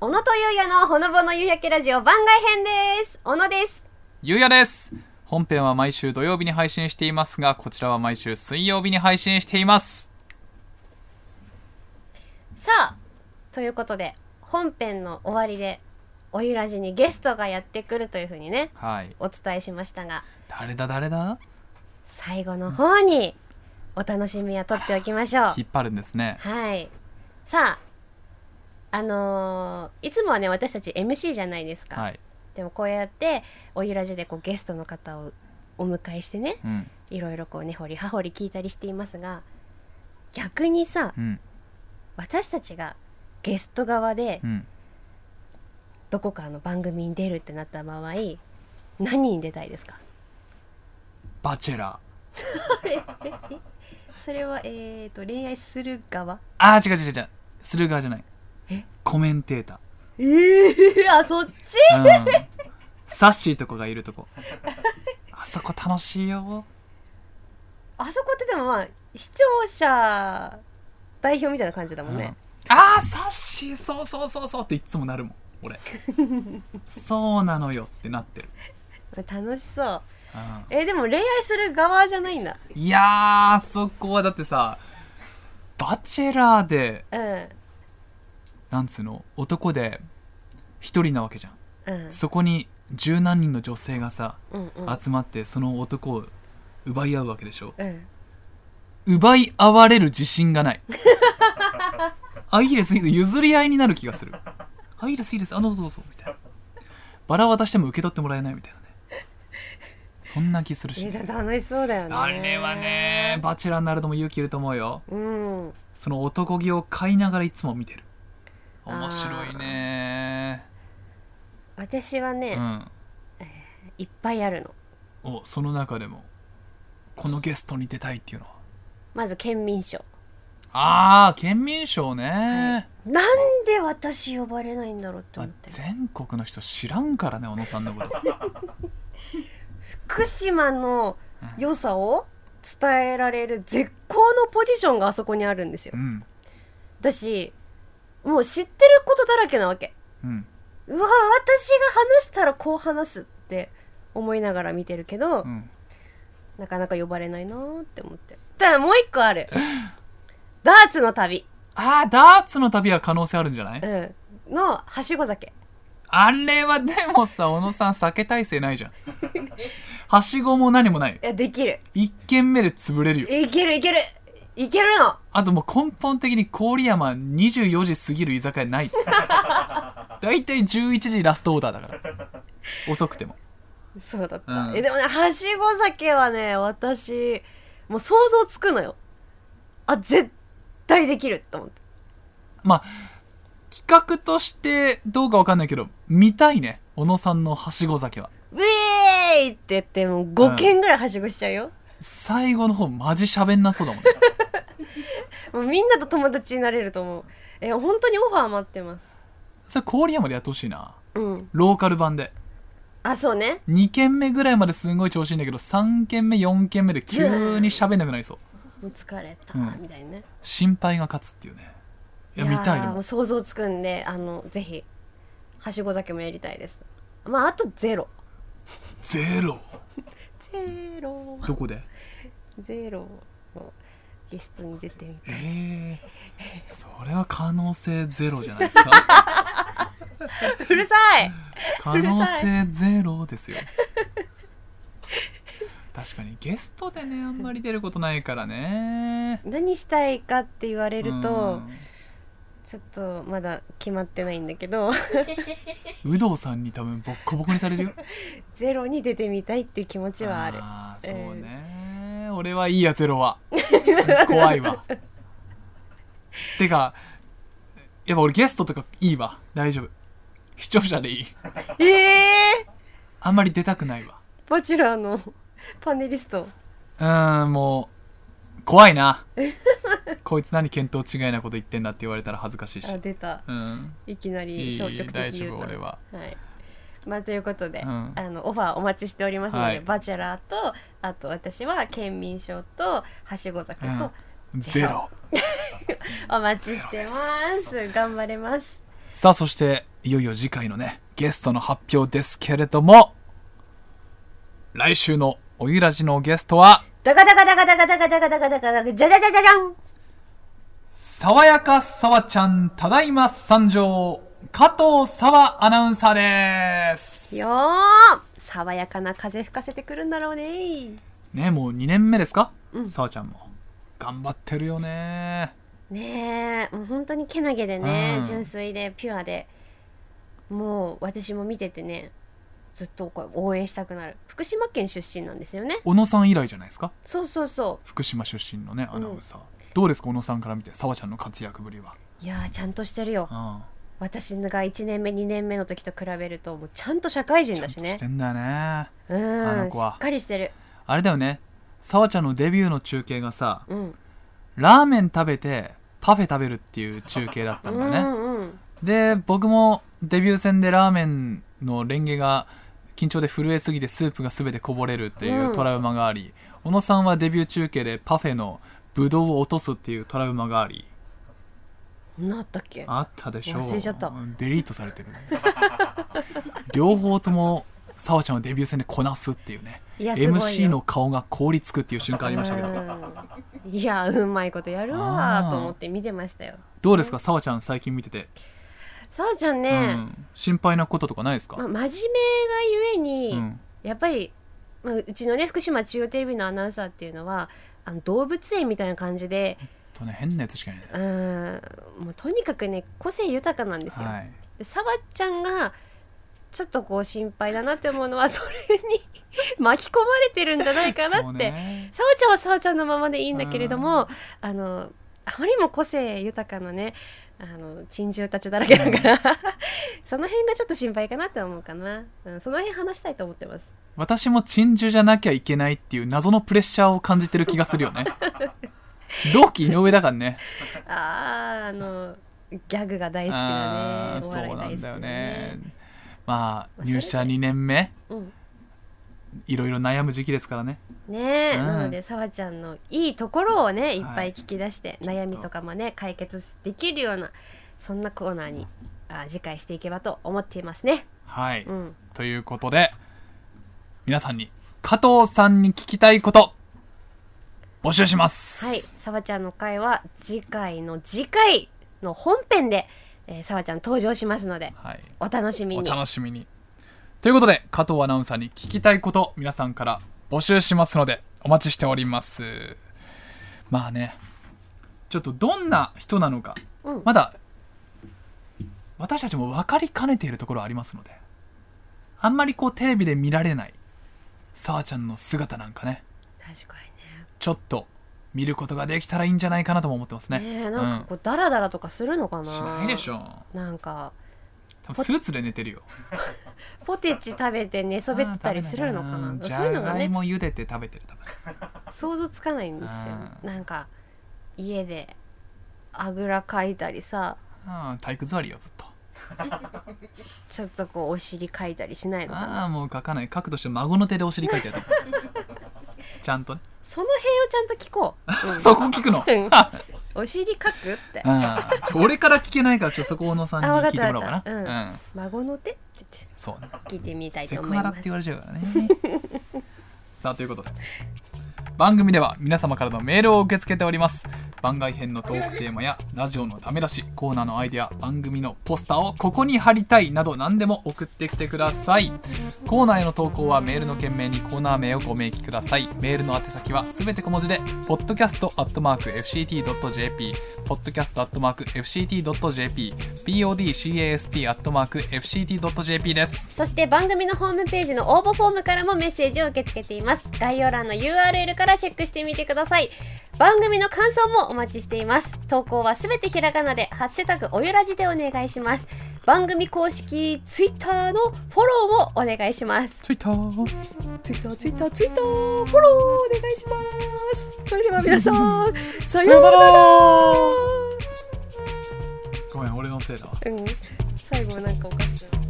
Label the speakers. Speaker 1: 小野とゆうやのほのぼの夕焼けラジオ番外編です小野です
Speaker 2: ゆうやです本編は毎週土曜日に配信していますがこちらは毎週水曜日に配信しています
Speaker 1: さあということで本編の終わりでおゆらじにゲストがやってくるというふうにね
Speaker 2: はい
Speaker 1: お伝えしましたが
Speaker 2: 誰だ誰だ
Speaker 1: 最後の方にお楽しみはとっておきましょう
Speaker 2: 引っ張るんですね
Speaker 1: はいさああのーいつもはね私たち MC じゃないですか、
Speaker 2: はい
Speaker 1: でもこうやっておゆらじでこうゲストの方をお迎えしてね
Speaker 2: うん
Speaker 1: いろいろこう根掘り葉掘り聞いたりしていますが逆にさ
Speaker 2: うん
Speaker 1: 私たちがゲスト側で
Speaker 2: うん
Speaker 1: どこかの番組に出るってなった場合何に出たいですか
Speaker 2: バチェラー
Speaker 1: それはえー、と恋愛する側
Speaker 2: あー違う違う違うする側じゃない
Speaker 1: え
Speaker 2: コメンテータ
Speaker 1: えー、 あそっち
Speaker 2: ー、うん、サッシーとかがいる とこあそこ楽しいよ
Speaker 1: あそこってでもまあ視聴者代表みたいな感じだもんね、
Speaker 2: ああサッシーそうそうそうそうっていつもなるもん俺 そうなのよってなってる、
Speaker 1: 楽しそう
Speaker 2: うん
Speaker 1: えーでも恋愛する側じゃないんだ
Speaker 2: いやーそこはだってさバチェラーで
Speaker 1: うん
Speaker 2: なんつうの男で一人なわけじゃん
Speaker 1: うん
Speaker 2: そこに十何人の女性がさ
Speaker 1: うんうん
Speaker 2: 集まってその男を奪い合うわけでしょ
Speaker 1: うん
Speaker 2: 奪い合われる自信がないあいいですいいです譲り合いになる気がするあいいですいいですあどうぞどうぞみたいなバラ渡しても受け取ってもらえないみたいなねそんな気するし、
Speaker 1: えー楽しそうだよね
Speaker 2: あれはねバチェラーになるのも勇気いると思うよ
Speaker 1: うん
Speaker 2: その男気を買いながらいつも見てる
Speaker 1: あー
Speaker 2: 面白いね
Speaker 1: 私はね、
Speaker 2: うん
Speaker 1: いっぱいあるの
Speaker 2: おその中でもこのゲストに出たいっていうのは
Speaker 1: まず県民賞
Speaker 2: ああ県民賞ね、
Speaker 1: なんで私呼ばれないんだろうって
Speaker 2: ま
Speaker 1: 思
Speaker 2: あ
Speaker 1: って
Speaker 2: 全国の人知らんからね小野さん のこと
Speaker 1: 福島の良さを伝えられる絶好のポジションがあそこにあるんですよ
Speaker 2: うん
Speaker 1: だしもう知ってることだらけなわけ
Speaker 2: うん
Speaker 1: うわ私が話したらこう話すって思いながら見てるけど、
Speaker 2: うん
Speaker 1: なかなか呼ばれないなーって思ってただもう一個あるダーツの旅、
Speaker 2: ああダーツの旅は可能性あるんじゃない
Speaker 1: うん、のはしご酒
Speaker 2: あれはでもさ小野さん酒耐性ないじ ゃんはしごも何もない
Speaker 1: いやできる
Speaker 2: 一軒目で潰れるよ
Speaker 1: いけるいけるいけるの
Speaker 2: あともう根本的に郡山24時過ぎる居酒屋ない 大体11時ラストオーダーだから遅くても
Speaker 1: そうだった、
Speaker 2: うん
Speaker 1: えでもねはしご酒はね私もう想像つくのよあ絶対できると思って
Speaker 2: まあ企画としてどうかわかんないけど見たいね小野さんのはしご酒は
Speaker 1: ウェーイって言ってもう5軒ぐらいはしごしちゃうよ、
Speaker 2: 最後の方マジ喋んなそうだもんね
Speaker 1: もうみんなと友達になれると思うえ本当にオファー待ってます
Speaker 2: それ郡山でやってほしいな
Speaker 1: うん
Speaker 2: ローカル版で
Speaker 1: あそうね
Speaker 2: 2軒目ぐらいまですんごい調子いいんだけど3軒目4軒目で急に喋んなくなりそう
Speaker 1: もう疲れた、
Speaker 2: うん
Speaker 1: みたいなね
Speaker 2: 心配が勝つっていうねいや見たい
Speaker 1: ー
Speaker 2: で
Speaker 1: も
Speaker 2: も
Speaker 1: う想像つくんであのぜひはしご酒もやりたいですまああとゼロ
Speaker 2: ゼロ
Speaker 1: ゼロ
Speaker 2: どこで
Speaker 1: ゼロのゲストに出てみたい
Speaker 2: えー、それは可能性ゼロじゃないです か
Speaker 1: うるさい
Speaker 2: 可能性ゼロですよ確かにゲストでねあんまり出ることないからね
Speaker 1: 何したいかって言われると
Speaker 2: う
Speaker 1: ちょっとまだ決まってないんだけど
Speaker 2: ん有働さんに多分ボッコボコにされるよ
Speaker 1: ゼロに出てみたいっていう気持ちはある
Speaker 2: あーそうね、俺はいいやゼロは 怖いわてかやっぱ俺ゲストとかいいわ大丈夫視聴者でいい
Speaker 1: ええ
Speaker 2: あんまり出たくないわ
Speaker 1: ー、バチェラーのパネリスト
Speaker 2: うーんもう怖いなこいつ何見当違いなこと言ってんだって言われたら恥ずかしいし
Speaker 1: あ出た
Speaker 2: うん
Speaker 1: いきないり
Speaker 2: い
Speaker 1: 消極
Speaker 2: 大
Speaker 1: 的
Speaker 2: 丈
Speaker 1: 言
Speaker 2: 夫
Speaker 1: う
Speaker 2: 俺
Speaker 1: と
Speaker 2: は
Speaker 1: はいまあということで、
Speaker 2: うん
Speaker 1: あのオファーお待ちしておりますので、
Speaker 2: はい
Speaker 1: バチェラーとあと私は県民賞とはしご酒と
Speaker 2: うんゼロ
Speaker 1: お待ちしてます、頑張れます
Speaker 2: さあそしていよいよ次回のねゲストの発表ですけれども来週のおゆらじのゲストは
Speaker 1: ダカダカダカダカダカダカダカダカダカじゃじゃじゃじゃじゃん
Speaker 2: 爽やかさわちゃんただいま参上加藤さわアナウンサーです
Speaker 1: よー爽やかな風吹かせてくるんだろうね
Speaker 2: ねもう2年目ですか
Speaker 1: うん
Speaker 2: さわ、ちゃんも頑張ってるよね
Speaker 1: ねえもう本当にけなげでね、
Speaker 2: うん
Speaker 1: 純粋でピュアでもう私も見ててねずっとこう応援したくなる福島県出身なんですよね
Speaker 2: 小野さん以来じゃないですか
Speaker 1: そうそうそ
Speaker 2: 福島出身のねアナウンサー、どうですか小野さんから見てさわちゃんの活躍ぶりは、
Speaker 1: ういやーちゃんとしてるよ
Speaker 2: うん、
Speaker 1: 私が1年目2年目の時と比べるともうちゃんと社会人だし
Speaker 2: ちゃんと
Speaker 1: ね
Speaker 2: してんだよね
Speaker 1: う
Speaker 2: あ
Speaker 1: ー
Speaker 2: の
Speaker 1: んし
Speaker 2: 子は
Speaker 1: っかりしてる
Speaker 2: あれだよねさわちゃんのデビューの中継がさ
Speaker 1: うん
Speaker 2: ラーメン食べてパフェ食べるっていう中継だったんだよね、
Speaker 1: うんうん
Speaker 2: で僕もデビュー戦でラーメンのレンゲが緊張で震えすぎてスープが全てこぼれるっていううんトラウマがあり、小野さんはデビュー中継でパフェのブドウを落とすっていうトラウマがあり
Speaker 1: なったっけ
Speaker 2: あったでしょう
Speaker 1: 忘れちゃった
Speaker 2: うんデリートされてる両方とも沙和ちゃんはデビュー戦でこなすっていうね
Speaker 1: いやすごいよ
Speaker 2: MC の顔が凍りつくっていう瞬間ありましたけど
Speaker 1: うんいやうまいことやるわーと思って見てましたよ
Speaker 2: どうですか沙和ちゃん最近見てて、
Speaker 1: さあちゃん
Speaker 2: う
Speaker 1: ね、
Speaker 2: ん、心配なこととかないですか、
Speaker 1: まあ、真面目がゆえに、
Speaker 2: うん
Speaker 1: やっぱり、まあ、うちのね福島中央テレビのアナウンサーっていうのはあの動物園みたいな感じで
Speaker 2: とね変なやつしかいない、
Speaker 1: うーんもうとにかくね個性豊かなんですよ。
Speaker 2: はい、
Speaker 1: でさわちゃんがちょっとこう心配だなって思うのはそれに 巻き込まれてるんじゃないか
Speaker 2: そ
Speaker 1: な
Speaker 2: う
Speaker 1: って
Speaker 2: ね
Speaker 1: さわちゃんはさわちゃんのままでいいんだけれども、あのあまりにも個性豊かなねあの珍獣たちだらけだ から、その辺がちょっと心配かなって思うかな、うん、その辺話したいと思ってます
Speaker 2: 私も珍獣じゃなきゃいけないっていう謎のプレッシャーを感じてる気がする よね同期井上だからね
Speaker 1: あーあのギャグが大好きだ
Speaker 2: あ
Speaker 1: ね
Speaker 2: ー
Speaker 1: お
Speaker 2: そう
Speaker 1: 笑い
Speaker 2: な
Speaker 1: 大好
Speaker 2: ん
Speaker 1: き
Speaker 2: だ
Speaker 1: だ
Speaker 2: よね
Speaker 1: ね
Speaker 2: まあ
Speaker 1: まあ
Speaker 2: 入社2年目
Speaker 1: うん
Speaker 2: いろいろ悩む時期ですからね
Speaker 1: ねえ、
Speaker 2: うん
Speaker 1: なのでさわちゃんのいいところをねいっぱい聞き出して、悩みとかもね解決できるようなそんなコーナーにあー次回していけばと思っていますね
Speaker 2: はい、
Speaker 1: うん
Speaker 2: ということで皆さんに加藤さんに聞きたいこと募集します、
Speaker 1: はい、さわちゃんの回は次回の次回の本編で、えー、さわちゃん登場しますので
Speaker 2: はい
Speaker 1: お楽しみ
Speaker 2: お
Speaker 1: に。
Speaker 2: 楽しみにということで加藤アナウンサーに聞きたいこと皆さんから募集しますのでお待ちしておりますまあねちょっとどんな人なのか
Speaker 1: うん、
Speaker 2: まだ私たちも分かりかねているところありますのであんまりこうテレビで見られないさあちゃんの姿なんかね
Speaker 1: 確か
Speaker 2: ちょっと見ることができたらいいんじゃないかなとも思ってますね
Speaker 1: にね。ねえなんかこうダラダラとかするのかな。
Speaker 2: うん、しないでしょ
Speaker 1: なんか
Speaker 2: 多分スーツで寝てるよ
Speaker 1: ポテチ食べて寝そべってたりするのかな。
Speaker 2: うん
Speaker 1: そういうのが
Speaker 2: じゃがい
Speaker 1: ね
Speaker 2: も茹でて食べてる多分
Speaker 1: 想像つかないんですよ
Speaker 2: う。ん
Speaker 1: なんか家であぐらかいたりさ、
Speaker 2: ああ体育座りよずっと
Speaker 1: ちょっとこうお尻かいたりしないのかな。
Speaker 2: ああもう書かない書くとして孫の手でお尻書いてやると思う ちゃんとね
Speaker 1: その辺をちゃんと聞こう。うん
Speaker 2: そこ聞くの
Speaker 1: うん
Speaker 2: あ
Speaker 1: お尻かくって
Speaker 2: あちょ俺から聞けないからちょっとそこ小野さんに
Speaker 1: あわかっ
Speaker 2: 聞
Speaker 1: た
Speaker 2: いてもらおうか
Speaker 1: わかっ
Speaker 2: なう
Speaker 1: た
Speaker 2: ん
Speaker 1: 孫の手って言って
Speaker 2: そうね
Speaker 1: 聞いてみたい
Speaker 2: セ
Speaker 1: と
Speaker 2: ク
Speaker 1: 思い
Speaker 2: ハラっ
Speaker 1: ま
Speaker 2: て
Speaker 1: す
Speaker 2: 言わ。れちゃうからねさあということで番組では皆様からのメールを受け付けております番外編のトークテーマやラジオのため出しコーナーのアイデア番組のポスターをここに貼りたいなど何でも送ってきてくださいコーナーへの投稿はメールの件名にコーナー名をご明記くださいメールの宛先はすべて小文字で podcast.fct.jp podcast.fct.jp podcast.fct.jp です
Speaker 1: そして番組のホームページの応募フォームからもメッセージを受け付けています。概要欄の URL からチェックしてみてください。番組の感想もお待ちしています。投稿はすべてひらがなで、ハッシュタグおゆらじでお願いします。番組公式 Twitter のフォローもお願いします。
Speaker 2: ツイッター
Speaker 1: Twitter、Twitter、Twitter、フォローお願いします。それでは皆さん、さようなら
Speaker 2: ごめん俺のせいだわ
Speaker 1: うん、最後なんかおかしくなった